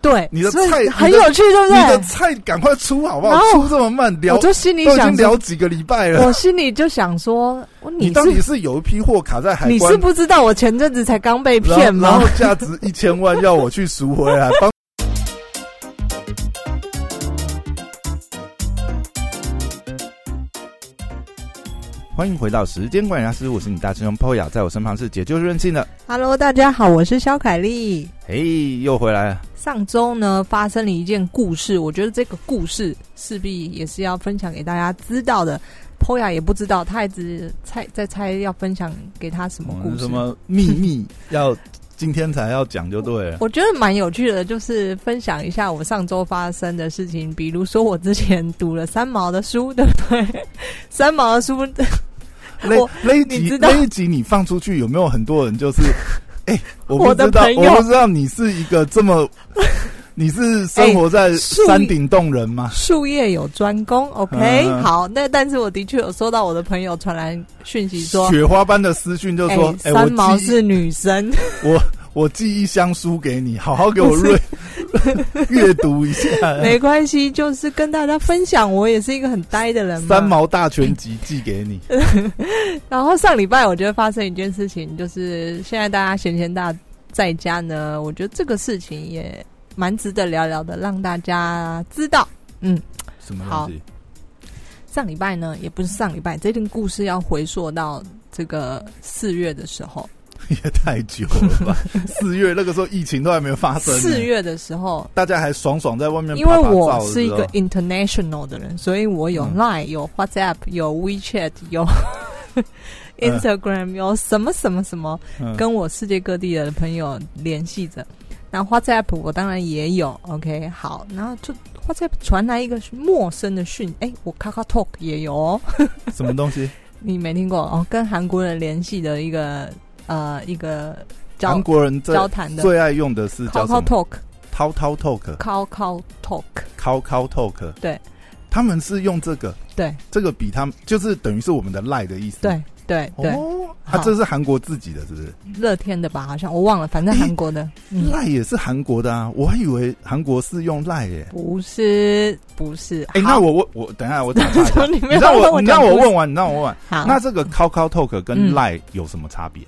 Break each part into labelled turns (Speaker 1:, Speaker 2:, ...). Speaker 1: 对，
Speaker 2: 你的
Speaker 1: 所以
Speaker 2: 菜
Speaker 1: 很
Speaker 2: 你的
Speaker 1: 有趣，对不
Speaker 2: 你的
Speaker 1: 对？
Speaker 2: 菜赶快出好不
Speaker 1: 然
Speaker 2: 好？
Speaker 1: 后
Speaker 2: 出这么慢，聊
Speaker 1: 我就心里
Speaker 2: 都已
Speaker 1: 想
Speaker 2: 经
Speaker 1: 说
Speaker 2: 聊几个礼拜了
Speaker 1: 我。心里就想说，我
Speaker 2: 你到底
Speaker 1: 是
Speaker 2: 是有一批货卡在海
Speaker 1: 你
Speaker 2: 关
Speaker 1: 是，不知道我前阵子才刚被
Speaker 2: 然后
Speaker 1: 骗
Speaker 2: 然
Speaker 1: 吗
Speaker 2: 后？价值一千万要我去赎回 来，帮欢迎回到时间管理大师，我是你大师兄 p o y a 在我身旁是解救任性的，
Speaker 1: Hello，大家好，我是肖凯丽。
Speaker 2: 嘿，又回来了。
Speaker 1: 上周呢发生了一件故事，我觉得这个故事势必也是要分享给大家知道的。Poya 也不知道，他一直猜在猜要分享给他什么
Speaker 2: 我
Speaker 1: 故
Speaker 2: 们
Speaker 1: 事。
Speaker 2: 哦什么秘密要今天才要讲就对了。
Speaker 1: 我觉得蛮有趣的，就是分享一下我上周发生的事情，比如说我之前读了三毛的书，对不对？三毛的书，呃
Speaker 2: 那
Speaker 1: 我
Speaker 2: 那一
Speaker 1: 你
Speaker 2: 集
Speaker 1: 知道
Speaker 2: 那一集你放出去，有没有很多人 就是，哎、我不
Speaker 1: 我的
Speaker 2: 知道，
Speaker 1: 朋
Speaker 2: 我
Speaker 1: 友
Speaker 2: 不知道你是一个这 么，你是生活在
Speaker 1: 哎树
Speaker 2: 山顶洞人吗？
Speaker 1: 术业有专攻，OK，、
Speaker 2: 嗯
Speaker 1: 好。那但是我的确有收到我的朋友传来讯息说，
Speaker 2: 雪花般的私讯就
Speaker 1: 哎、
Speaker 2: 说，哎、
Speaker 1: 三毛
Speaker 2: 我记忆
Speaker 1: 是女 神，
Speaker 2: 我我记忆相书给你，好好给我
Speaker 1: 不
Speaker 2: 阅阅读一下。
Speaker 1: 没关系，就是跟大家分享，我也是一个很呆的人嘛。
Speaker 2: 三。毛大全集寄 给你，
Speaker 1: 然后上礼拜我觉得发生一件事情，就是现在大家闲闲大在家呢，我觉得这个事情也蛮值得聊聊的，让大家知道。
Speaker 2: 什么东西？
Speaker 1: 上礼拜呢，也不是上礼拜，这件故事要回溯到这个四月的时候，
Speaker 2: 也太久了吧？四月那个时候疫情都还没有发生呢，
Speaker 1: 四月的时候，
Speaker 2: 大家还爽爽在外面
Speaker 1: 因
Speaker 2: 拍
Speaker 1: 为
Speaker 2: 拍照的时候，
Speaker 1: 我是一个 international 的人，所以我有
Speaker 2: 嗯
Speaker 1: Line、有 WhatsApp、有 WeChat、有 Instagram、有什么什么什么，
Speaker 2: 嗯
Speaker 1: 跟我世界各地的朋友联系着。那 WhatsApp 我当然也有，OK，好，然后就 WhatsApp 传来一个陌生的讯，哎、我 Kakao Talk 也有、哦，
Speaker 2: 什么东西？
Speaker 1: 你没听过哦？跟韩国人联系的一个呃一个交
Speaker 2: 韩国人最
Speaker 1: 交谈的
Speaker 2: 最爱用的是叫什
Speaker 1: Kakao
Speaker 2: 么？
Speaker 1: Talk、
Speaker 2: 滔滔 talk、
Speaker 1: Kakao Talk，
Speaker 2: 滔滔 talk。
Speaker 1: 对，
Speaker 2: 他们是用这个，
Speaker 1: 对
Speaker 2: 这个比他们就是等于是我们的赖的意思。
Speaker 1: 对对对，
Speaker 2: 哦，
Speaker 1: 好
Speaker 2: 啊，这是韩国自己的，是不是？
Speaker 1: 乐天的吧？好像我忘了，反正韩国的。 嗯，
Speaker 2: 赖也是韩国的啊，我还以为韩国是用赖耶。
Speaker 1: 不是不是。
Speaker 2: 哎，
Speaker 1: 好
Speaker 2: 那我我我等一下我打岔一 下。
Speaker 1: 你没
Speaker 2: 你
Speaker 1: 有
Speaker 2: 让我，
Speaker 1: 问
Speaker 2: 你让
Speaker 1: 讲
Speaker 2: 我
Speaker 1: 故事
Speaker 2: 问完，你让我问完。
Speaker 1: 好，
Speaker 2: 那这个 Kakao Talk 跟
Speaker 1: 嗯
Speaker 2: 赖有什么差别？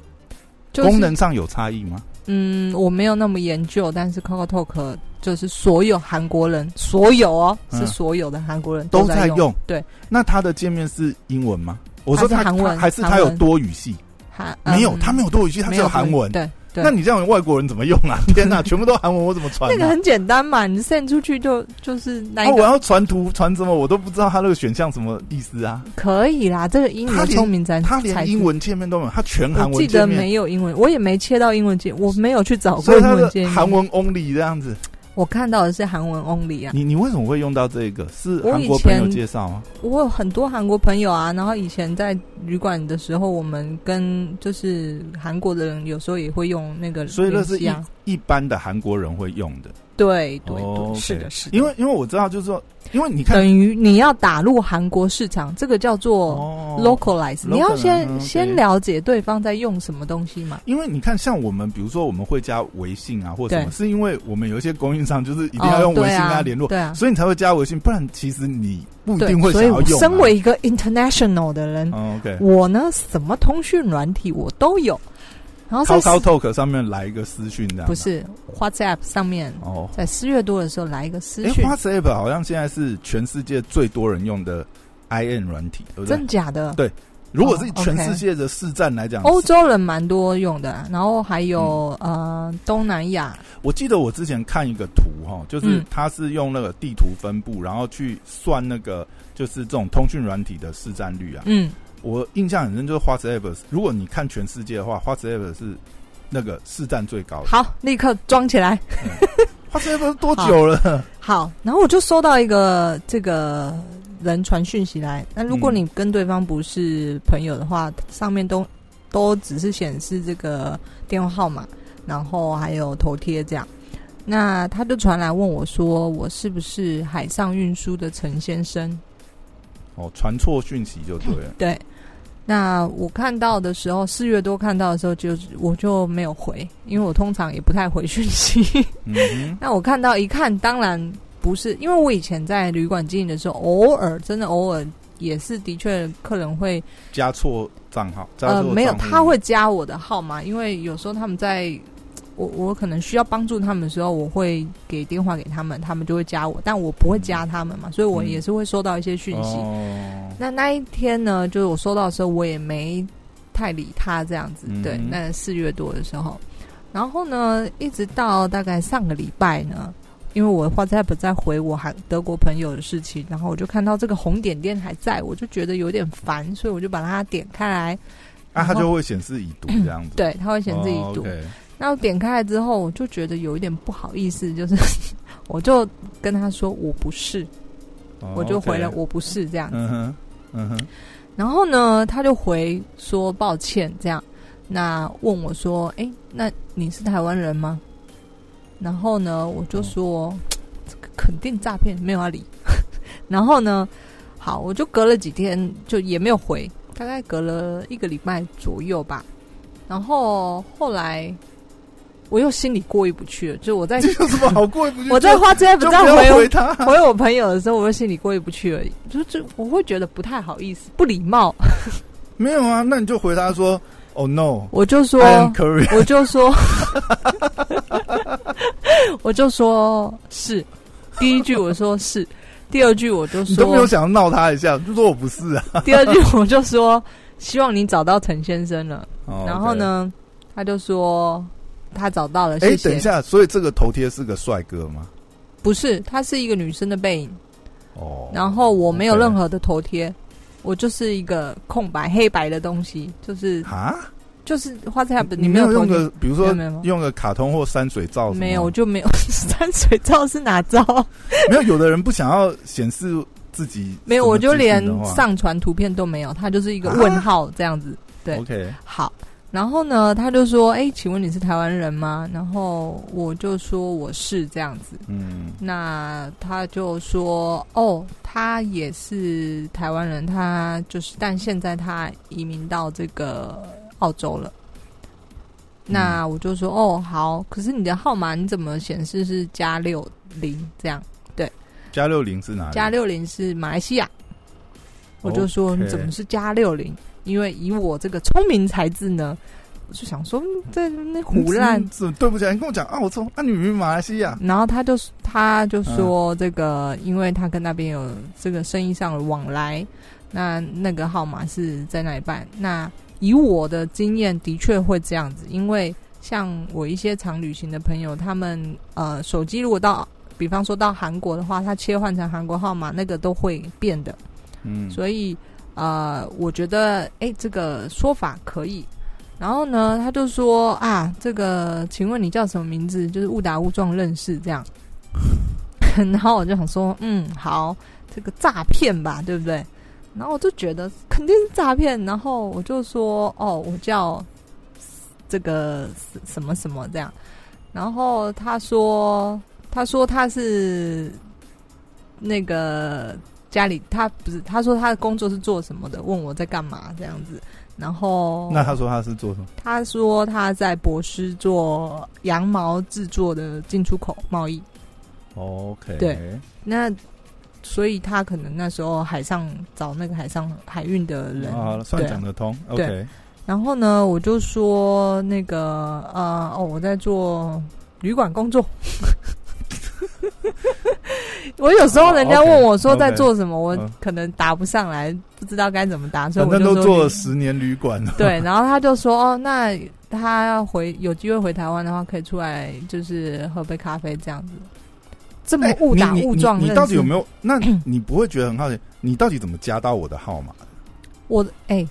Speaker 1: 就是
Speaker 2: 功能上有差异吗？
Speaker 1: 嗯，我没有那么研究，但是 Coco Talk 就是所有韩国人，所有哦，
Speaker 2: 嗯
Speaker 1: 是所有的韩国人
Speaker 2: 都
Speaker 1: 在
Speaker 2: 在用。
Speaker 1: 对，
Speaker 2: 那它的界面是英文吗？我
Speaker 1: 还
Speaker 2: 说
Speaker 1: 是
Speaker 2: 它
Speaker 1: 韩文
Speaker 2: 它还是它
Speaker 1: 韩
Speaker 2: 有
Speaker 1: 文
Speaker 2: 多语系？
Speaker 1: 韩
Speaker 2: 没有，它没
Speaker 1: 有，
Speaker 2: 有多语系，它
Speaker 1: 没
Speaker 2: 只
Speaker 1: 有
Speaker 2: 韩文。
Speaker 1: 嗯
Speaker 2: 嗯
Speaker 1: 对对，
Speaker 2: 那你这样外国人怎么用啊？ 天哪，全部都韩文，我怎么传、啊？
Speaker 1: 那个很简单嘛，你 send 出去就就是那
Speaker 2: 啊
Speaker 1: 一
Speaker 2: 我
Speaker 1: 个
Speaker 2: 要传图传什么，我都不知道他那个选项什么意思啊。
Speaker 1: 可以啦，这个英
Speaker 2: 他
Speaker 1: 文
Speaker 2: 连
Speaker 1: 聪明才
Speaker 2: 他
Speaker 1: 嗯才
Speaker 2: 连
Speaker 1: 是
Speaker 2: 英。文界面都没有，他全韩
Speaker 1: 我记
Speaker 2: 文界
Speaker 1: 得
Speaker 2: 面，
Speaker 1: 没有英文，我也没切到英文界，我没有去找过
Speaker 2: 所以
Speaker 1: 英
Speaker 2: 他
Speaker 1: 文界
Speaker 2: 是
Speaker 1: 面。
Speaker 2: 韩文 only 这样子。
Speaker 1: 我看到的是韩文 only 啊。
Speaker 2: 你你为什么会用到这个？是
Speaker 1: 我
Speaker 2: 韩
Speaker 1: 以
Speaker 2: 国朋友
Speaker 1: 前
Speaker 2: 介绍吗？
Speaker 1: 我有很多韩国朋友啊，然后以前在旅馆的时候，我们跟就是韩国的人有时候也会用那个
Speaker 2: 所以那
Speaker 1: 联
Speaker 2: 是
Speaker 1: 系
Speaker 2: 一
Speaker 1: 啊，
Speaker 2: 一般的韩国人会用的，
Speaker 1: 对对对，
Speaker 2: 哦，OK
Speaker 1: 是的，是的，
Speaker 2: 因为因为我知道，就是说，因为你看
Speaker 1: 等于你要打入韩国市场，这个叫做
Speaker 2: 哦
Speaker 1: localize，、你要
Speaker 2: localize，
Speaker 1: 先、
Speaker 2: 嗯，OK
Speaker 1: 先了解对方在用什么东西嘛，
Speaker 2: 因为你看，像我们比如说我们会加微信啊，或什么，
Speaker 1: 对
Speaker 2: 是因为我们有一些供应商就是一
Speaker 1: 一
Speaker 2: 定要用微信跟他联络，
Speaker 1: 哦对啊。对啊
Speaker 2: 所以你才会加微信，不然其实你不一
Speaker 1: 对
Speaker 2: 定会想
Speaker 1: 所以
Speaker 2: 要用
Speaker 1: 我
Speaker 2: 啊、
Speaker 1: 身为一个 international 的人，
Speaker 2: 嗯 OK，
Speaker 1: 我呢什么通讯软体我都有，然后在
Speaker 2: 超超 Talk 上面来一个私讯这样吗，啊
Speaker 1: 不是 WhatsApp 上面，
Speaker 2: 哦。
Speaker 1: 在四月多的时候来一个私
Speaker 2: 哎
Speaker 1: 讯，
Speaker 2: ，WhatsApp 好像现在是全世界最多人用的 IN 软体，对不对
Speaker 1: 真？假的？
Speaker 2: 对啊如果是
Speaker 1: 哦
Speaker 2: 全
Speaker 1: OK 哦
Speaker 2: 世界的市占来讲，
Speaker 1: 欧洲人蛮多用的，然后还有、
Speaker 2: 嗯
Speaker 1: 呃东南亚，
Speaker 2: 我记得我之前看一个图哈，就是
Speaker 1: 嗯
Speaker 2: 它是用那个地图分布，然后去算那个就是这种通讯软体的市占率啊。
Speaker 1: 嗯，
Speaker 2: 我印象很深，就是 WhatsApp，如果你看全世界的话，WhatsApp 是那个市占最高的。
Speaker 1: 好，立刻装起来。
Speaker 2: WhatsApp 多久了？
Speaker 1: 好，然后我就收到一个这个人传讯息来，那如果
Speaker 2: 嗯
Speaker 1: 你跟对方不是朋友的话，上面都都只是显示这个电话号码，然后还有头贴这样。那他就传来问我说：“我是不是海上运输的陈先生？”
Speaker 2: 哦，传错讯息就对了。
Speaker 1: 对，那我看到的时候，四月多看到的时候就，我就没有回，因为我通常也不太回讯息。
Speaker 2: 嗯哼，
Speaker 1: 那我看到一看，当然不是，因为我以前在旅馆经营的时候，偶尔真的偶尔也是的确客人会
Speaker 2: 加错账号，加
Speaker 1: 呃
Speaker 2: 错
Speaker 1: 没有，
Speaker 2: 账户
Speaker 1: 他会加我的号码，因为有时候他们在我我可能需要帮助他们的时候，我会给电话给他们，他们就会加我，但我不会加他们嘛，所以我
Speaker 2: 嗯
Speaker 1: 也是会收到一些讯息。
Speaker 2: 哦，
Speaker 1: 那那一天呢，就是我收到的时候，我也没太理他这样子。
Speaker 2: 嗯
Speaker 1: 对，那四月多的时候，然后呢，一直到大概上个礼拜呢，因为我 WhatsApp 在回我韩德国朋友的事情，然后我就看到这个红点点还在，我就觉得有点烦，所以我就把它点开来。
Speaker 2: 啊，它
Speaker 1: 然后
Speaker 2: 就会显示已读这样子，
Speaker 1: 对，它会
Speaker 2: 哦，
Speaker 1: 显示已读。
Speaker 2: OK
Speaker 1: 那我点开来之后，我就觉得有一点不好意思，就是 我就跟他说我不是，
Speaker 2: 哦
Speaker 1: 我就回了
Speaker 2: OK
Speaker 1: 我不是这样子。
Speaker 2: 嗯哼，嗯哼，
Speaker 1: 然后呢，他就回说抱歉这样，那问我说，哎，那你是台湾人吗？然后呢，我就说、这个肯定诈骗，没有要理。 然后呢，好，我就隔了几天就也没有回，大概隔了一个礼拜左右吧。然后后来我又心里过意不去了，就我 在
Speaker 2: 这有什么好过意不去？
Speaker 1: 哎 我在
Speaker 2: 就
Speaker 1: 花这
Speaker 2: 就
Speaker 1: 不
Speaker 2: 不
Speaker 1: 在
Speaker 2: 要
Speaker 1: 回
Speaker 2: 回他，
Speaker 1: 回我朋友的时候，我就心里过意不去了，就就我会觉得不太好意思，不礼貌。
Speaker 2: 没有啊，那你就回他说，Oh no，I
Speaker 1: 我就说
Speaker 2: am Korean，
Speaker 1: 我就说， 我就说是。第一句我说是，第二句我就
Speaker 2: 你都没有
Speaker 1: 说，
Speaker 2: 想要闹他一下，就说我不是啊。
Speaker 1: 第二句我就说，希望你找到陈先生了。
Speaker 2: 哦
Speaker 1: 然后？呢，他就说他找到了，
Speaker 2: OK 哎、
Speaker 1: 谢
Speaker 2: 等一
Speaker 1: 谢。
Speaker 2: 下，所以这个头贴是个帅哥吗？
Speaker 1: 不是，他是一个女生的背影，
Speaker 2: 哦，
Speaker 1: 然后我没有
Speaker 2: OK
Speaker 1: 任何的头贴。我就是一个空白黑白的东西，就是
Speaker 2: 啊，
Speaker 1: 就是花菜 a
Speaker 2: 你
Speaker 1: 没
Speaker 2: 没有
Speaker 1: 头
Speaker 2: 用
Speaker 1: 贴
Speaker 2: 个，比如说
Speaker 1: 没有没有
Speaker 2: 用个卡通或山水照什么的，
Speaker 1: 没有，我就没有 山水照是哪照？
Speaker 2: 没有。有的人不想要显示自己
Speaker 1: 没有，我就连
Speaker 2: 什么资讯的话啊
Speaker 1: 上传图片都没有，它就是一个问号这样子。对
Speaker 2: OK，
Speaker 1: 好，然后呢，他就说：“哎、请问你是台湾人吗？”然后我就说我是这样子。
Speaker 2: 嗯，
Speaker 1: 那他就说：“哦，他也是台湾人，他就是，但现在他移民到这个澳洲了。”
Speaker 2: 嗯
Speaker 1: 那我就说：“哦，好，可是你的号码你怎么显示是加六零这样？”
Speaker 2: 加六零是哪里？
Speaker 1: 加六零是马来西亚。我就说
Speaker 2: OK
Speaker 1: 你怎么是加六零？因为以我这个聪明才智呢，我就想说嗯这那胡乱。
Speaker 2: 嗯，是对不起啊，你跟我讲啊，我从啊，你明明马来西亚，
Speaker 1: 然后他就他就说这个，因为他跟那边有这个生意上的往来，那那个号码是在那里办。那以我的经验，的确会这样子，因为像我一些常旅行的朋友，他们呃手机如果到，比方说到韩国的话，它切换成韩国号码，那个都会变的。
Speaker 2: 嗯，
Speaker 1: 所以呃，我觉得哎、这个说法可以。然后呢，他就说啊，这个请问你叫什么名字？就是误打误撞认识这样。 然后我就想说，嗯，好，这个诈骗吧，对不对？然后我就觉得肯定是诈骗，然后我就说，哦，我叫这个什么什么这样。然后他说，他说他是那个家里，他不是，他说他的工作是做什么的，问我在干嘛这样子。然后
Speaker 2: 那他说他是做什么？
Speaker 1: 他说他在博斯做羊毛制作的进出口贸易，
Speaker 2: OK，
Speaker 1: 对，那所以他可能那时候海上找那个海上海运的人，
Speaker 2: 哦好了，算
Speaker 1: 对啊
Speaker 2: 讲得通。
Speaker 1: 对
Speaker 2: OK，
Speaker 1: 然后呢，我就说那个呃，哦，我在做旅馆工作。 我有时候人家
Speaker 2: 哦，OK，
Speaker 1: 问我说
Speaker 2: OK，
Speaker 1: 在做什么，我
Speaker 2: 嗯
Speaker 1: 可能答不上来，不知道该怎么答，所以
Speaker 2: 反
Speaker 1: 我
Speaker 2: 正
Speaker 1: 就
Speaker 2: 都
Speaker 1: 说
Speaker 2: 做
Speaker 1: 旅
Speaker 2: 了十年旅馆了，
Speaker 1: 对，然后他就说：“哦，那他要回有机会回台湾的话，可以出来就是喝杯咖啡这样子。”这么
Speaker 2: 哎
Speaker 1: 误打
Speaker 2: 你你
Speaker 1: 误撞
Speaker 2: 你
Speaker 1: 认
Speaker 2: 你
Speaker 1: 识，
Speaker 2: 到底有没有？ 那你不会觉得很好奇，你到底怎么加到我的号码？
Speaker 1: 我哎、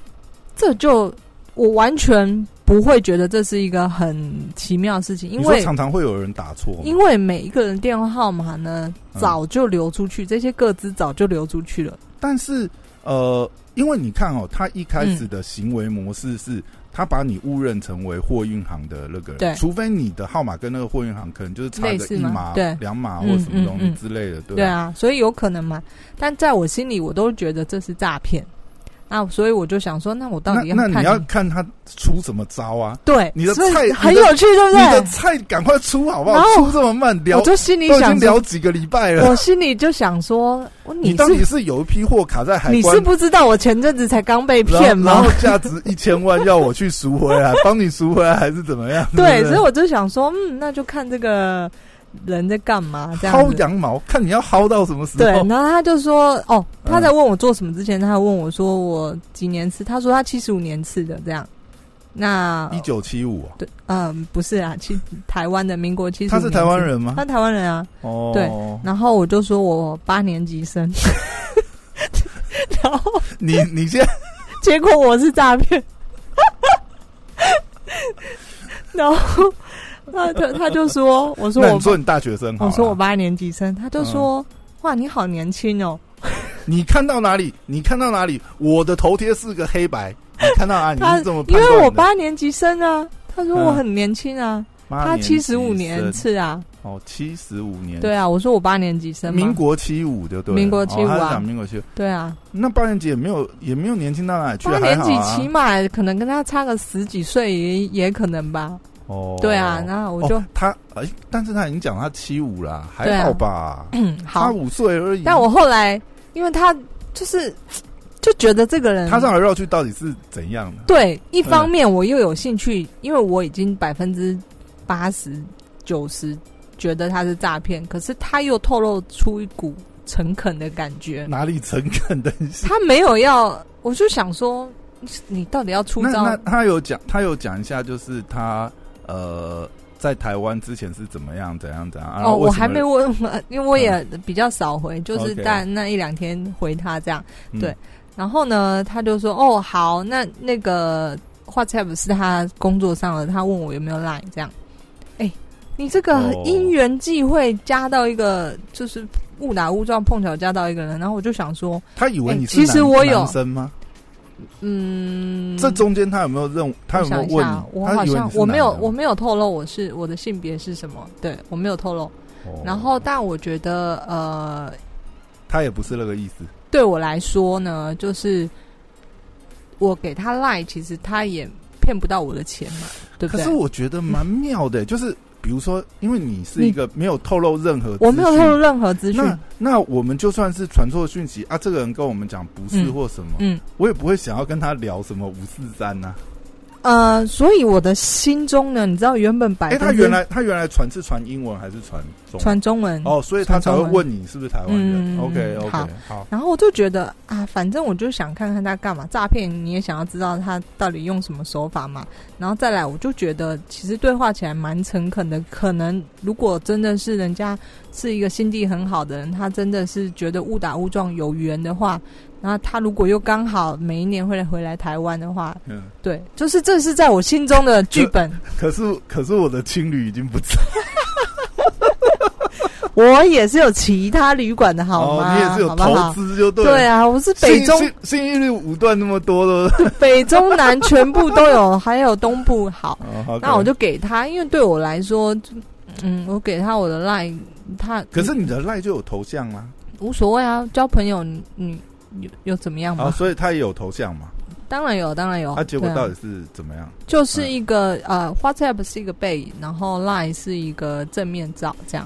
Speaker 1: 这就我完全不会觉得这是一个很奇妙的事情，因
Speaker 2: 你说
Speaker 1: 为
Speaker 2: 常常会有人打错吗，
Speaker 1: 因为每一个人电话号码呢
Speaker 2: 嗯
Speaker 1: 早就流出去，这些个资早就流出去了。
Speaker 2: 但是呃，因为你看哦，他一开始的行为模式是。他把你误认成为货运行的那个
Speaker 1: 对
Speaker 2: 人，除非你的号码跟那个货运行可能就是差
Speaker 1: 类
Speaker 2: 个
Speaker 1: 似
Speaker 2: 一
Speaker 1: 吗
Speaker 2: 码
Speaker 1: 对、
Speaker 2: 两码或
Speaker 1: 嗯
Speaker 2: 什么东
Speaker 1: 嗯
Speaker 2: 西
Speaker 1: 嗯
Speaker 2: 之类的，对
Speaker 1: 对
Speaker 2: 吧？
Speaker 1: 啊，所以有可能嘛。但在我心里，我都觉得这是诈骗。那所以我就想说，那我到
Speaker 2: 那
Speaker 1: 底
Speaker 2: 那你
Speaker 1: 看
Speaker 2: 要看他出什么招啊？
Speaker 1: 对
Speaker 2: 你的
Speaker 1: 所以
Speaker 2: 菜
Speaker 1: 很
Speaker 2: 你的
Speaker 1: 有趣，对不
Speaker 2: 你的
Speaker 1: 对？
Speaker 2: 菜赶快出好不好
Speaker 1: 然？后
Speaker 2: 出这么慢，聊
Speaker 1: 我就心里
Speaker 2: 都已
Speaker 1: 想
Speaker 2: 经
Speaker 1: 说，
Speaker 2: 聊几个礼拜了。
Speaker 1: 我心里就想说，我
Speaker 2: 你
Speaker 1: 你
Speaker 2: 到底
Speaker 1: 是
Speaker 2: 是有一批货卡在海
Speaker 1: 你
Speaker 2: 关
Speaker 1: 是，不知道我前阵子才刚被
Speaker 2: 然后
Speaker 1: 骗
Speaker 2: 然
Speaker 1: 吗
Speaker 2: 后？价值一千万要我去赎回来，帮你赎回来还是怎么样？
Speaker 1: 对，
Speaker 2: 不
Speaker 1: 所以我就想说，嗯，那就看这个人在干嘛啊这样
Speaker 2: 薅
Speaker 1: 子。
Speaker 2: 羊毛，看你要薅到什么时
Speaker 1: 对，
Speaker 2: 候
Speaker 1: 然。后他就说，哦，他
Speaker 2: 哦嗯
Speaker 1: 在问我做什么之前，他还问我说我几年次，他说他七十五年次的这样。那
Speaker 2: 一九七五，啊
Speaker 1: 对，嗯，不是啊，其台湾的民国七十，
Speaker 2: 他是台湾，人吗
Speaker 1: 他？台湾人啊。
Speaker 2: 哦，
Speaker 1: 对然后我就说我八年级生， 然后
Speaker 2: 你你现在
Speaker 1: 结果我是诈骗， 然后他就他就说，我说
Speaker 2: 那
Speaker 1: 我
Speaker 2: 你说你大学生好啊嗯
Speaker 1: 我
Speaker 2: 了，
Speaker 1: 说我八年级生，他就说、哇你好年轻哦，
Speaker 2: 你看到哪里？你看到哪里？我的头贴是个黑白，你看到哪里？
Speaker 1: 他
Speaker 2: 你是这么判
Speaker 1: 因
Speaker 2: 断的？
Speaker 1: 为我八年级生啊，他说
Speaker 2: 嗯
Speaker 1: 我很年轻啊，
Speaker 2: 妈
Speaker 1: 他
Speaker 2: 年
Speaker 1: 七十五
Speaker 2: 生
Speaker 1: 年次啊，
Speaker 2: 哦，七十五年
Speaker 1: 对啊，我说我八年级生嘛，
Speaker 2: 民国七五就对了，
Speaker 1: 民国75啊
Speaker 2: 哦他是讲民国七五，
Speaker 1: 对啊，
Speaker 2: 那八年级也没有也没有年轻到哪里去，
Speaker 1: 八
Speaker 2: 还
Speaker 1: 年
Speaker 2: 好
Speaker 1: 级
Speaker 2: 啊
Speaker 1: 起码可能跟他差个十几岁也也可能吧，
Speaker 2: 哦，
Speaker 1: 对啊，那我就、
Speaker 2: 哦他哎，但是他已经讲他七五啦，
Speaker 1: 对
Speaker 2: 还
Speaker 1: 啊
Speaker 2: 好吧，
Speaker 1: 嗯
Speaker 2: 差
Speaker 1: 好，
Speaker 2: 五岁而已。啊
Speaker 1: 但我后来因为他就是就觉得这个人
Speaker 2: 他绕来绕去到底是嗯怎样的？
Speaker 1: 对，一方面我又有兴趣，因为我已经百分之八十九十觉得他是诈骗，可是他又透露出一股诚恳的感觉，
Speaker 2: 哪里诚恳的？
Speaker 1: 他没有要，我就想说，你你到底要出
Speaker 2: 那那
Speaker 1: 招？
Speaker 2: 他有讲，他有讲一下，就是他呃，在台湾之前是怎么样，怎样怎啊样。然后
Speaker 1: 哦，我
Speaker 2: 为什么嗯
Speaker 1: 还没问，因为我也比较少回，就是
Speaker 2: OK
Speaker 1: 但那一两天回他这样。
Speaker 2: 嗯
Speaker 1: 对然后呢，他就说：“哦，好，那那个 WhatsApp 是他工作上的，他问我有没有 Line 这样。”哎，你这个
Speaker 2: 哦
Speaker 1: 因缘际会加到一个，就是误打误撞碰巧加到一个人，然后我就想说，
Speaker 2: 他以为
Speaker 1: 哎
Speaker 2: 你是
Speaker 1: 其实
Speaker 2: 男
Speaker 1: 我有
Speaker 2: 男生吗？
Speaker 1: 嗯，
Speaker 2: 这中间他有没有认？他
Speaker 1: 我
Speaker 2: 有没有
Speaker 1: 想一
Speaker 2: 问
Speaker 1: 下，
Speaker 2: 你？
Speaker 1: 我
Speaker 2: 他
Speaker 1: 好
Speaker 2: 以为
Speaker 1: 像
Speaker 2: 你是
Speaker 1: 我没有
Speaker 2: 男的
Speaker 1: 我
Speaker 2: 吗
Speaker 1: 没有透露我是我的性别是什么，对我没有透露。
Speaker 2: 哦
Speaker 1: 然后，但我觉得呃，
Speaker 2: 他也不是那个意思。
Speaker 1: 对我来说呢，就是我给他 Line，其实他也骗不到我的钱嘛，对不
Speaker 2: 可
Speaker 1: 对
Speaker 2: 是？我觉得蛮 妙的，就是比如说，因为你是一个没有透露任何资讯，
Speaker 1: 我没有透露任何资讯。
Speaker 2: 那那我们就算是传错讯息啊，这个人跟我们讲不是
Speaker 1: 嗯
Speaker 2: 或什么，
Speaker 1: 嗯
Speaker 2: 我也不会想要跟他聊什么五四三呐。
Speaker 1: 呃，所以我的心中呢，你知道原本百
Speaker 2: 哎、
Speaker 1: 分之、
Speaker 2: 他原来他原来传是传英文还是传中文？
Speaker 1: 传中文，
Speaker 2: 哦，所以他才
Speaker 1: 传
Speaker 2: 会
Speaker 1: 中文
Speaker 2: 问你是不是台湾人。
Speaker 1: 嗯
Speaker 2: OK OK，
Speaker 1: 好
Speaker 2: 好，
Speaker 1: 然后我就觉得啊，反正我就想看看他干嘛，诈骗你也想要知道他到底用什么手法嘛。然后再来，我就觉得其实对话起来蛮诚恳的，可能如果真的是人家是一个心地很好的人，他真的是觉得误打误撞有缘的话，然后他如果又刚好每一年会回来台湾的话，
Speaker 2: 嗯。
Speaker 1: 对，就是这是在我心中的剧本。
Speaker 2: 可是可是我的青旅已经不在，
Speaker 1: 我也是有其他旅馆的好
Speaker 2: 哦
Speaker 1: 吗？，
Speaker 2: 你也是有
Speaker 1: 好不
Speaker 2: 投
Speaker 1: 好？
Speaker 2: 资就对了。
Speaker 1: 对啊，我是
Speaker 2: 信，
Speaker 1: 北中
Speaker 2: 信信义率五段那么多的，
Speaker 1: 北中南全部都有，还有东部好。
Speaker 2: 哦好
Speaker 1: 那我就给他，因为对我来说，嗯，我给他我的 line，他
Speaker 2: 可是你的赖就有头像吗？
Speaker 1: 无所谓啊，交朋友你你又又怎么样嘛？
Speaker 2: 啊，所以他也有头像嘛？
Speaker 1: 当然有，当然有。
Speaker 2: 他结果
Speaker 1: 对啊
Speaker 2: 到底啊是怎么样？
Speaker 1: 就是一个、呃，WhatsApp 是一个背，然后 line 是一个正面照，这样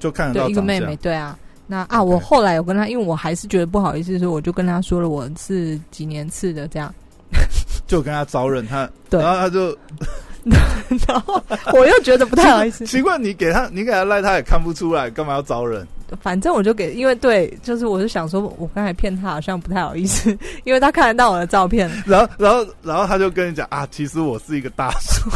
Speaker 2: 就看得
Speaker 1: 对
Speaker 2: 到
Speaker 1: 一个
Speaker 2: 嗯长
Speaker 1: 妹
Speaker 2: 相
Speaker 1: 妹，对啊。那啊
Speaker 2: OK
Speaker 1: 我后来有跟他，因为我还是觉得不好意思，所以我就跟他说了我是几年次的这 样。
Speaker 2: 就跟他招认他，
Speaker 1: 对
Speaker 2: 然后他就
Speaker 1: 然后我又觉得不太好意思，
Speaker 2: 奇怪，你给他你给他赖，他也看不出来，干嘛要招认？
Speaker 1: 反正我就给，因为对，就是我就想说，我刚才骗他好像不太好意思， 因为他看得到我的照片，
Speaker 2: 然后然后然后他就跟你讲啊，其实我是一个大叔，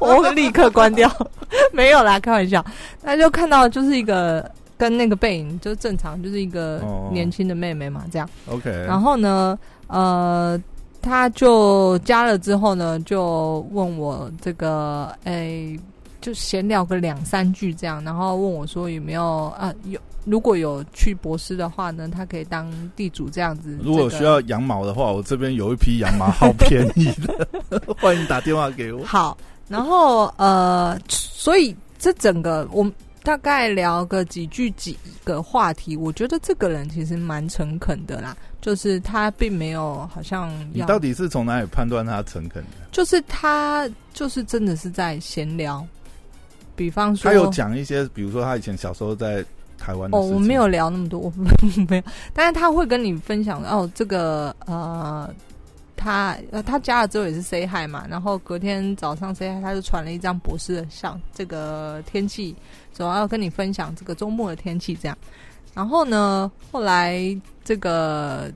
Speaker 1: 我会立刻关掉， 没有啦，开玩笑，那就看到就是一个跟那个背影就正常，就是一个
Speaker 2: 哦
Speaker 1: 年轻的妹妹嘛，这样。
Speaker 2: OK，
Speaker 1: 然后呢，呃，他就加了之后呢，就问我这个，哎、就闲聊个两三句这样，然后问我说有没有啊有。如果有去博士的话呢，他可以当地主这样子。
Speaker 2: 如
Speaker 1: 这
Speaker 2: 果
Speaker 1: 个
Speaker 2: 需要羊毛的话，我这边有一批羊毛， 好便宜的， 欢迎打电话给我。
Speaker 1: 好，然后呃，所以这整个我大概聊个几句几个话题，我觉得这个人其实蛮诚恳的啦，就是他并没有好像
Speaker 2: 你
Speaker 1: 要，
Speaker 2: 到底是从哪里判断他诚恳的？
Speaker 1: 就是他就是真的是在闲聊，比方说
Speaker 2: 他有讲一些，比如说他以前小时候在台湾的
Speaker 1: 哦，
Speaker 2: 事情
Speaker 1: 我没有聊那么多，我 没有，但是他会跟你分享哦，这个呃，他呃他加了之后也是 say hi 嘛，然后隔天早上 say hi，他就传了一张博士的相，这个天气，主要要跟你分享这个周末的天气这样。然后呢，后来这个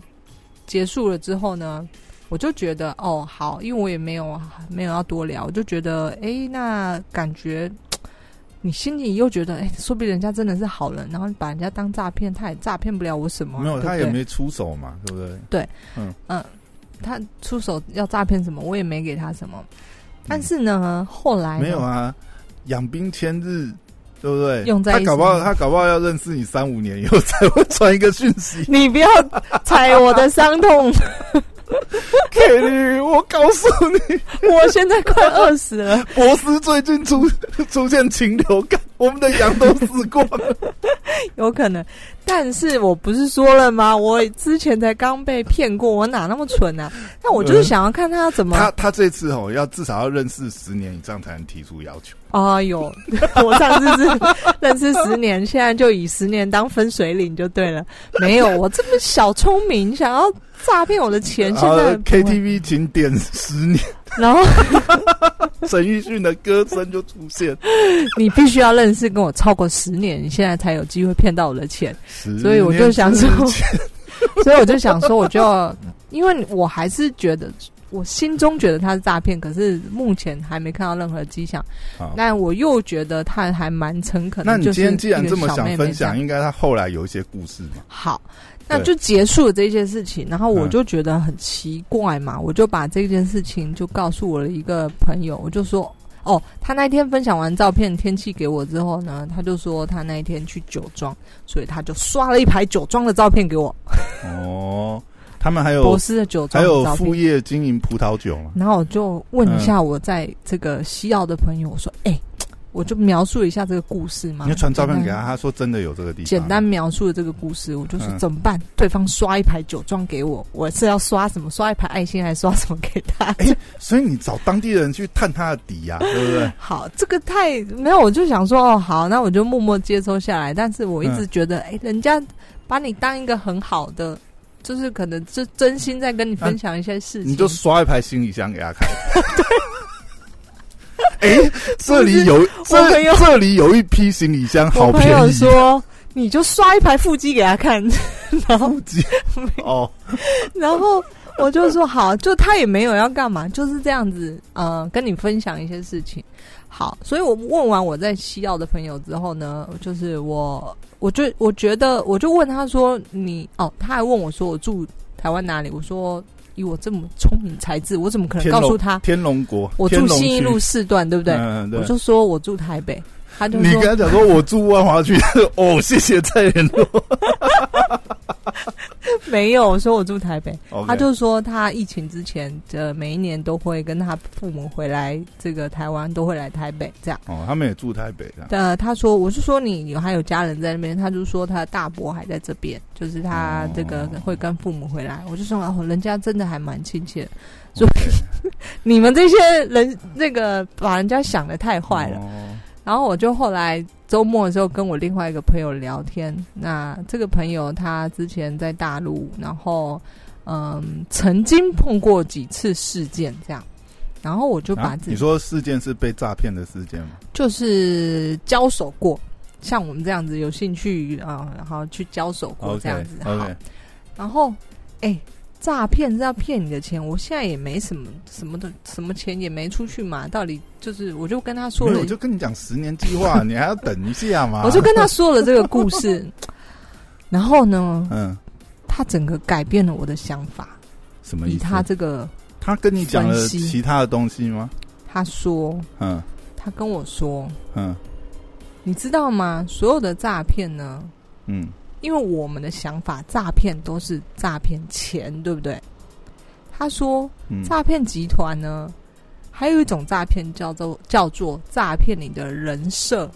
Speaker 1: 结束了之后呢，我就觉得哦好，因为我也没有没有要多聊，我就觉得诶，那感觉你心里又觉得诶，说不定人家真的是好人，然后你把人家当诈骗，他也诈骗不了我什么啊，
Speaker 2: 没有，
Speaker 1: 对不
Speaker 2: 他也
Speaker 1: 对
Speaker 2: 没出手嘛，对不对？
Speaker 1: 他出手要诈骗什么，我也没给他什么。但是呢，后来呢
Speaker 2: 嗯没有啊，养兵千日，对不对？
Speaker 1: 用在
Speaker 2: 他
Speaker 1: 一
Speaker 2: 搞不好，
Speaker 1: 起
Speaker 2: 他搞不好要认识你三五年以后才会传一个讯 息
Speaker 1: 你不要踩我的伤 痛，
Speaker 2: ，Kelly，我告诉你，
Speaker 1: 我现在快饿死了。
Speaker 2: 博斯最近出 出现禽流感，我们的羊都死光 了。
Speaker 1: 有可能，但是我不是说了吗？我之前才刚被骗过，我哪那么蠢啊？那我就是想要看他要怎么……
Speaker 2: 他他这次哦，要至少要认识十年以上才能提出要求。
Speaker 1: 哎呦， 我上次是认识十年，现在就以十年当分水岭就对了。没有，我这么小聪明，想要诈骗我的钱，
Speaker 2: 然
Speaker 1: 现
Speaker 2: 后
Speaker 1: 在不会
Speaker 2: KTV 请点十年，
Speaker 1: 然后
Speaker 2: 陈奕迅的歌声就出现。
Speaker 1: 你必须要认识跟我超过十年，你现在才有机会骗到我的钱。 所
Speaker 2: 所
Speaker 1: 以我就想说， 所以我就想说，我就要因为我还是觉得，我心中觉得他是诈骗，可是目前还没看到任何迹象
Speaker 2: 好。
Speaker 1: 但我又觉得他还蛮诚恳的。
Speaker 2: 那你今天既然
Speaker 1: 就是
Speaker 2: 这
Speaker 1: 一个
Speaker 2: 么
Speaker 1: 小
Speaker 2: 想
Speaker 1: 妹妹
Speaker 2: 分
Speaker 1: 这样
Speaker 2: 享，应该他后来有一些故事嘛？
Speaker 1: 好，那
Speaker 2: 对
Speaker 1: 就结束了这件事情。然后我
Speaker 2: 嗯
Speaker 1: 就觉得很奇怪嘛，我就把这件事情就告诉我的一个朋友，我就说。哦，他那天分享完照片、天气给我之后呢，他就说他那一天去酒庄，所以他就刷了一排酒庄的照片给我，
Speaker 2: 哦，他们还有
Speaker 1: 博斯的酒庄
Speaker 2: 还有
Speaker 1: 的照片
Speaker 2: 副。业经营葡萄酒嘛？
Speaker 1: 然后我就问一
Speaker 2: 嗯
Speaker 1: 下我在这个西澳的朋友，我说：“哎、我就描述一下这个故事嘛。”
Speaker 2: 你就传照片给
Speaker 1: 简
Speaker 2: 他，
Speaker 1: 单。
Speaker 2: 他说真的有这个地方。
Speaker 1: 啊简单描述了这个故事，我就说
Speaker 2: 嗯
Speaker 1: 怎么办？对方刷一排酒庄给我，我是要刷什么？刷一排爱心，还是刷什么给他？
Speaker 2: 所以你找当地人去探他的底呀、对不对？
Speaker 1: 好，这个太没有，我就想说哦，好，那我就默默接收下来。但是我一
Speaker 2: 嗯
Speaker 1: 直觉得，哎、人家把你当一个很好的，就是可能就真心在跟你分享一些事情。啊
Speaker 2: 你就刷一排行李箱给 他看。哎、这里有
Speaker 1: 我朋友
Speaker 2: 这这里有一批行李箱，好
Speaker 1: 我朋友
Speaker 2: 便宜
Speaker 1: 说，你就刷一排腹肌给他看， 然后
Speaker 2: 哦。
Speaker 1: 然后我就说好，就他也没有要干嘛，就是这样子，呃，跟你分享一些事情。好，所以我问完我在西澳的朋友之后呢，就是我，我就我觉得，我就问他说你哦，他还问我说我住台湾哪里，我说以我这么聪明才智，我怎么可能
Speaker 2: 天龙
Speaker 1: 告诉他
Speaker 2: 天龙国，
Speaker 1: 啊我
Speaker 2: 天
Speaker 1: 住
Speaker 2: 龙
Speaker 1: 信义
Speaker 2: 区
Speaker 1: 路，四段，对不对？
Speaker 2: 嗯，对
Speaker 1: 我。就说我住台北，他就
Speaker 2: 你
Speaker 1: 说
Speaker 2: 跟他讲说，我住万华区。 哦，谢谢再联 络。
Speaker 1: 没有，我说我住台北。
Speaker 2: OK
Speaker 1: 他就说他疫情之前的每一年都会跟他父母回来这个台湾，都会来台北这样。
Speaker 2: 哦，他们也住台北的。
Speaker 1: 呃，他说，我是说你有还有家人在那边，他就说他的大伯还在这边，就是他这个
Speaker 2: 哦
Speaker 1: 会跟父母回来。我就说哦，人家真的还蛮亲切的。
Speaker 2: 对，
Speaker 1: 就你们这些人，那个把人家想的太坏了。
Speaker 2: 哦
Speaker 1: 然后我就后来周末的时候跟我另外一个朋友聊天，那这个朋友他之前在大陆，然后嗯曾经碰过几次事件这样，然后我就把
Speaker 2: 啊
Speaker 1: 自
Speaker 2: 你
Speaker 1: 己、
Speaker 2: 说事件是被诈骗的事件吗？
Speaker 1: 就是交手过，像我们这样子有兴趣啊、然后去交手过
Speaker 2: OK
Speaker 1: 这样子好
Speaker 2: OK，
Speaker 1: 然后，哎，诈骗是要骗你的钱，我现在也没什么什么的，什么钱也没出去嘛，到底就是我就跟他说
Speaker 2: 没
Speaker 1: 了
Speaker 2: 有，我就跟你讲十年计划，你还要等一下嘛。
Speaker 1: 我就跟他说了这个故事， 然后呢，
Speaker 2: 嗯，
Speaker 1: 他整个改变了我的想法。
Speaker 2: 什么意
Speaker 1: 以
Speaker 2: 思？
Speaker 1: 他这个，
Speaker 2: 他跟你讲了
Speaker 1: 分析
Speaker 2: 其他的东西吗？
Speaker 1: 他说，
Speaker 2: 嗯
Speaker 1: 他跟我说，
Speaker 2: 嗯
Speaker 1: 你知道吗？所有的诈骗呢，
Speaker 2: 嗯，
Speaker 1: 因为我们的想法，诈骗都是诈骗钱，对不对？他说，
Speaker 2: 嗯
Speaker 1: 诈骗集团呢，还有一种诈骗叫做叫做诈骗你的人设。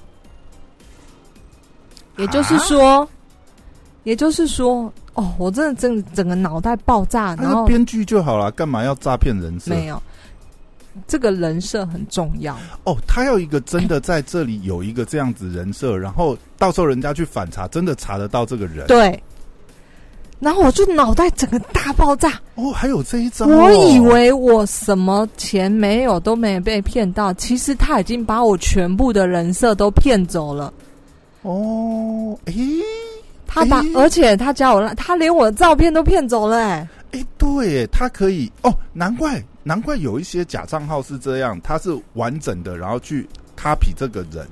Speaker 1: 也就是
Speaker 2: 啊
Speaker 1: 说，也就是说，哦，我真的整整个脑袋爆炸，然
Speaker 2: 啊那
Speaker 1: 后
Speaker 2: 编剧就好了，干嘛要诈骗人设？
Speaker 1: 哦没有这个人设很重要，
Speaker 2: 哦，他要一个真的在这里有一个这样子人设，然后到时候人家去反查，真的查得到这个人。
Speaker 1: 对。然后我就脑袋整个大爆炸，
Speaker 2: 哦，还有这一招、
Speaker 1: 我以为我什么钱没有都没被骗到，其实他已经把我全部的人设都骗走了。
Speaker 2: 哦，诶
Speaker 1: 他把，
Speaker 2: 诶
Speaker 1: 而且他加我赖，他连我的照片都骗走了、哎，
Speaker 2: 诶，对耶，他可以哦，难怪难怪有一些假账号是这样，他是完整的，然后去 copy 这个人，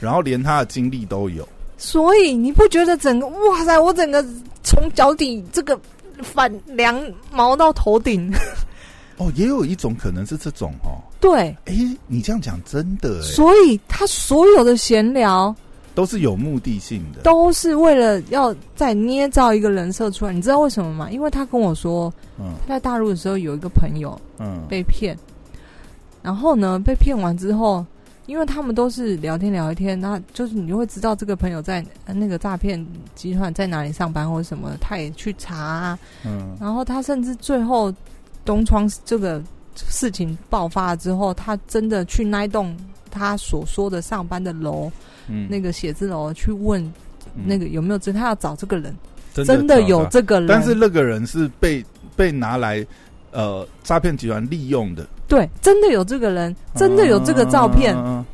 Speaker 2: 然后连他的经历都有。
Speaker 1: 所以你不觉得整个哇塞，我整个从脚底这个反凉毛到头顶？
Speaker 2: 哦，也有一种可能是这种哦，
Speaker 1: 对，
Speaker 2: 诶，你这样讲真的诶，
Speaker 1: 所以他所有的闲聊
Speaker 2: 都是有目的性的。
Speaker 1: 都是为了要再捏造一个人设出来。你知道为什么吗？因为他跟我说，
Speaker 2: 嗯
Speaker 1: 他在大陆的时候有一个朋友
Speaker 2: 嗯，
Speaker 1: 被骗，然后呢，被骗完之后。因为他们都是聊天聊一天，那就是你就会知道这个朋友在呃那个诈骗集团在哪里上班或者什么，他也去查啊，
Speaker 2: 嗯
Speaker 1: 然后他甚至最后东窗这个事情爆发了之后，他真的去那一栋他所说的上班的楼，
Speaker 2: 嗯
Speaker 1: 那个写字楼去问那个有没有真，他要找这个人，
Speaker 2: 真
Speaker 1: 真的有
Speaker 2: 找到
Speaker 1: 这个人，
Speaker 2: 但是那个人是被被拿来呃诈骗集团利用的，
Speaker 1: 对，真的有这个人，真的有这个照片，
Speaker 2: 嗯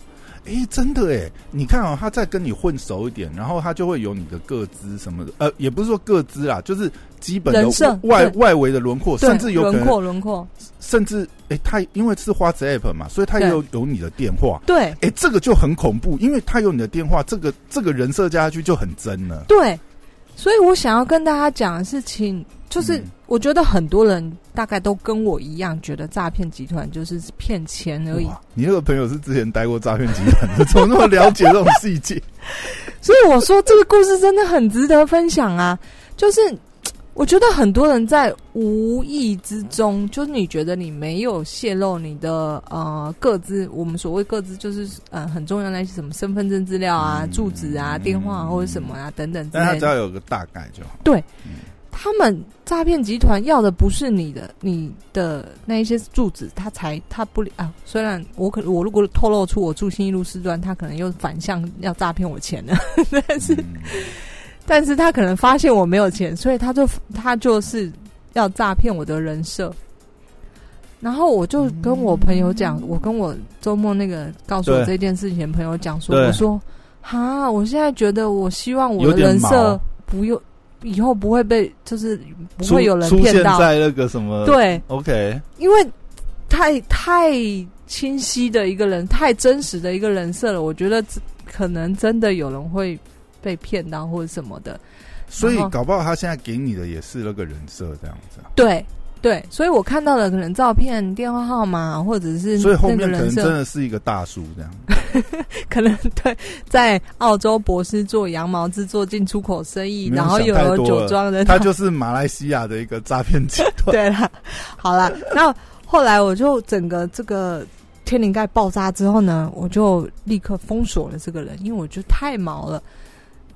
Speaker 2: 哎、真的哎，你看哦，他再跟你混熟一点，然后他就会有你的个资什么的，呃，也不是说个资啦，就是基本
Speaker 1: 人设
Speaker 2: 的外
Speaker 1: 对
Speaker 2: 外围的轮廓，
Speaker 1: 对
Speaker 2: 甚至有可
Speaker 1: 轮
Speaker 2: 能，
Speaker 1: 廓轮廓，
Speaker 2: 甚至哎、他因为是花子 app 嘛，所以他也
Speaker 1: 对
Speaker 2: 有有你的电话，
Speaker 1: 对
Speaker 2: 哎、这个就很恐怖，因为他有你的电话，这个这个人设加下去就很真了。
Speaker 1: 对。所以我想要跟大家讲的事情，就是
Speaker 2: 嗯
Speaker 1: 我觉得很多人大概都跟我一样，觉得诈骗集团就是骗钱而已。
Speaker 2: 哇，你那个朋友是之前待过诈骗集团的，怎 么那么了解这种细 节？
Speaker 1: 所以我说这个故事真的很值得分享啊！就是我觉得很多人在无意之中，就是你觉得你没有泄露你的呃个资，我们所谓个资就是呃很重要的那些什么身份证资料啊、
Speaker 2: 嗯
Speaker 1: 住址啊、电话、啊、或者什么啊等等之
Speaker 2: 但他
Speaker 1: 类
Speaker 2: 只
Speaker 1: 的。
Speaker 2: 要有个大概就好。
Speaker 1: 他们诈骗集团要的不是你的你的那一些住址，他才他不理啊。虽然我可我如果透露出我住新一路四段，他可能又反向要诈骗我钱了，但是。
Speaker 2: 嗯
Speaker 1: 但是他可能发现我没有钱，所以他就他就是要诈骗我的人设。然后我就跟我朋友讲，我跟我周末那个告诉我
Speaker 2: 嗯对
Speaker 1: 这件事情的朋友讲说，
Speaker 2: 对
Speaker 1: 我说哈，我现在觉得我希望我
Speaker 2: 有
Speaker 1: 的
Speaker 2: 点
Speaker 1: 人设
Speaker 2: 毛
Speaker 1: 不用以后不会被，就是不
Speaker 2: 出
Speaker 1: 会有人
Speaker 2: 出
Speaker 1: 骗
Speaker 2: 现
Speaker 1: 到。
Speaker 2: 在那呃个什么？
Speaker 1: 对，
Speaker 2: ，OK，
Speaker 1: 因为太太清晰的一个人，太真实的一个人设了，我觉得这可能真的有人会被骗到或者什么的。
Speaker 2: 所以
Speaker 1: 然后
Speaker 2: 搞不好他现在给你的也是那个人设这样子啊、
Speaker 1: 对对，所以我看到的可能照片、电话号码，或者是
Speaker 2: 所以后
Speaker 1: 嗯那个
Speaker 2: 面可
Speaker 1: 人
Speaker 2: 能真
Speaker 1: 设，
Speaker 2: 的是一个大叔 这样。
Speaker 1: 可能对，在澳洲博士做羊毛制作进出口生意，
Speaker 2: 没有
Speaker 1: 然后
Speaker 2: 想
Speaker 1: 又
Speaker 2: 太
Speaker 1: 有
Speaker 2: 多
Speaker 1: 酒
Speaker 2: 了
Speaker 1: 庄的，
Speaker 2: 他就是马来西亚的一个诈骗集 团。
Speaker 1: 对啦，好啦，那后来我就整个这个天灵盖爆炸之后呢，我就立刻封锁了这个人，因为我觉得太毛了。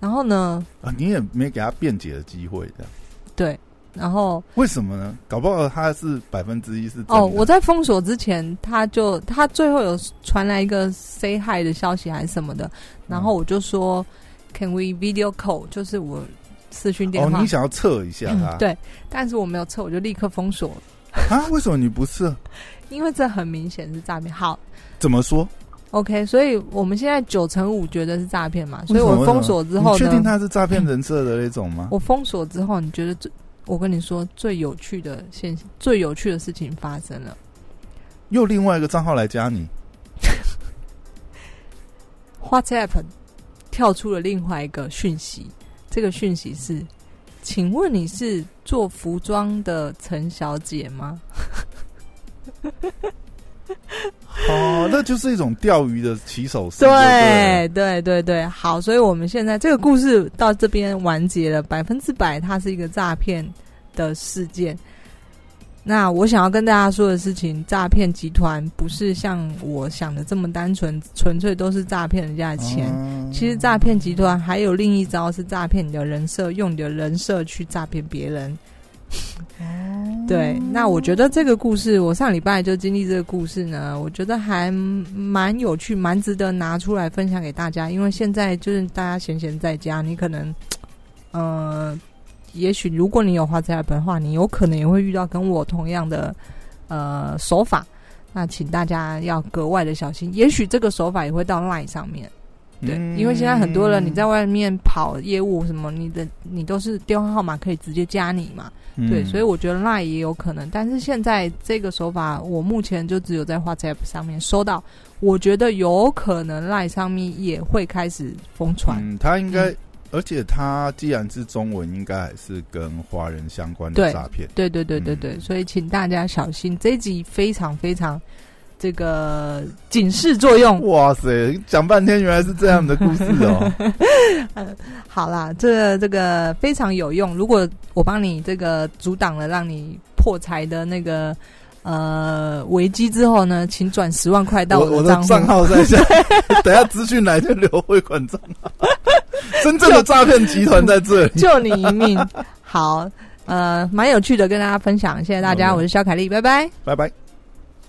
Speaker 1: 然后呢，
Speaker 2: 啊，你也没给他辩解的机会，这样
Speaker 1: 对，然后
Speaker 2: 为什么呢？搞不好他是百分之一是真的
Speaker 1: 哦，我在封锁之前，他就他最后有传来一个 say hi 的消息还是什么的，然后我就说、can we video call，就是我视讯电
Speaker 2: 哦，
Speaker 1: 话。
Speaker 2: 你想要啊测一下他、
Speaker 1: 嗯对，但是我没有撤，我就立刻封锁，
Speaker 2: 啊？为什么你不测？
Speaker 1: 因为这很明显是诈骗。好
Speaker 2: 怎么说？
Speaker 1: ，OK，所以我们现在九成五觉得是诈骗嘛，所以
Speaker 2: 为什么
Speaker 1: 我封锁之后
Speaker 2: 你确定
Speaker 1: 呢，
Speaker 2: 他是诈骗人设的那种吗？
Speaker 1: 我封锁之后，你觉得最？我跟你说，最有趣的现最有趣的事情发生了，
Speaker 2: 又另外一个账号来加你，
Speaker 1: WhatsApp 跳出了另外一个讯息，这个讯息是：请问你是做服装的陈小姐吗？
Speaker 2: 哦，那就是一种钓鱼的起手式，对
Speaker 1: 对对对对，好，所以我们现在这个故事到这边完结了，百分之百它是一个诈骗的事件。那我想要跟大家说的事情，诈骗集团不是像我想的这么单纯，纯粹都是诈骗人家的钱。
Speaker 2: 哦
Speaker 1: 其实诈骗集团还有另一招是诈骗你的人设，用你的人设去诈骗别人。 对，那我觉得这个故事，我上礼拜就经历这个故事呢，我觉得还蛮有趣，蛮值得拿出来分享给大家。因为现在就是大家闲闲在家，你可能，呃，也许如果你有花 a p 的话，你有可能也会遇到跟我同样的呃手法。那请大家要格外的小心，也许这个手法也会到 LINE 上面。对，
Speaker 2: 嗯
Speaker 1: 因为现在很多人你在外面跑业务什么，你的你都是电话号码可以直接加你嘛，
Speaker 2: 嗯
Speaker 1: 对，所以我觉得 Line 也有可能，但是现在这个手法，我目前就只有在 WhatsApp 上面收到，我觉得有可能 Line 上面也会开始疯传，
Speaker 2: 嗯，他应该，而且他既然是中文，应该还是跟华人相关的
Speaker 1: 对
Speaker 2: 诈骗。
Speaker 1: 对对对对对，
Speaker 2: 嗯
Speaker 1: 所以请大家小心，这一集非常非常这个警示作用，
Speaker 2: 哇塞，讲半天原来是这样的故事 哦！
Speaker 1: 好啦，这这个非常有用。如果我帮你这个阻挡了让你破财的那个呃危机之后呢，请转十万块到
Speaker 2: 我我
Speaker 1: 的
Speaker 2: 的
Speaker 1: 账
Speaker 2: 账
Speaker 1: 户。
Speaker 2: 号 在下，等下资讯来就留汇款账号。真正的诈骗集团在这里。
Speaker 1: 救你一命。好，呃，蛮有趣的，跟大家分享，谢谢大家，
Speaker 2: 好的
Speaker 1: 我是肖凯丽，拜拜。
Speaker 2: 拜拜。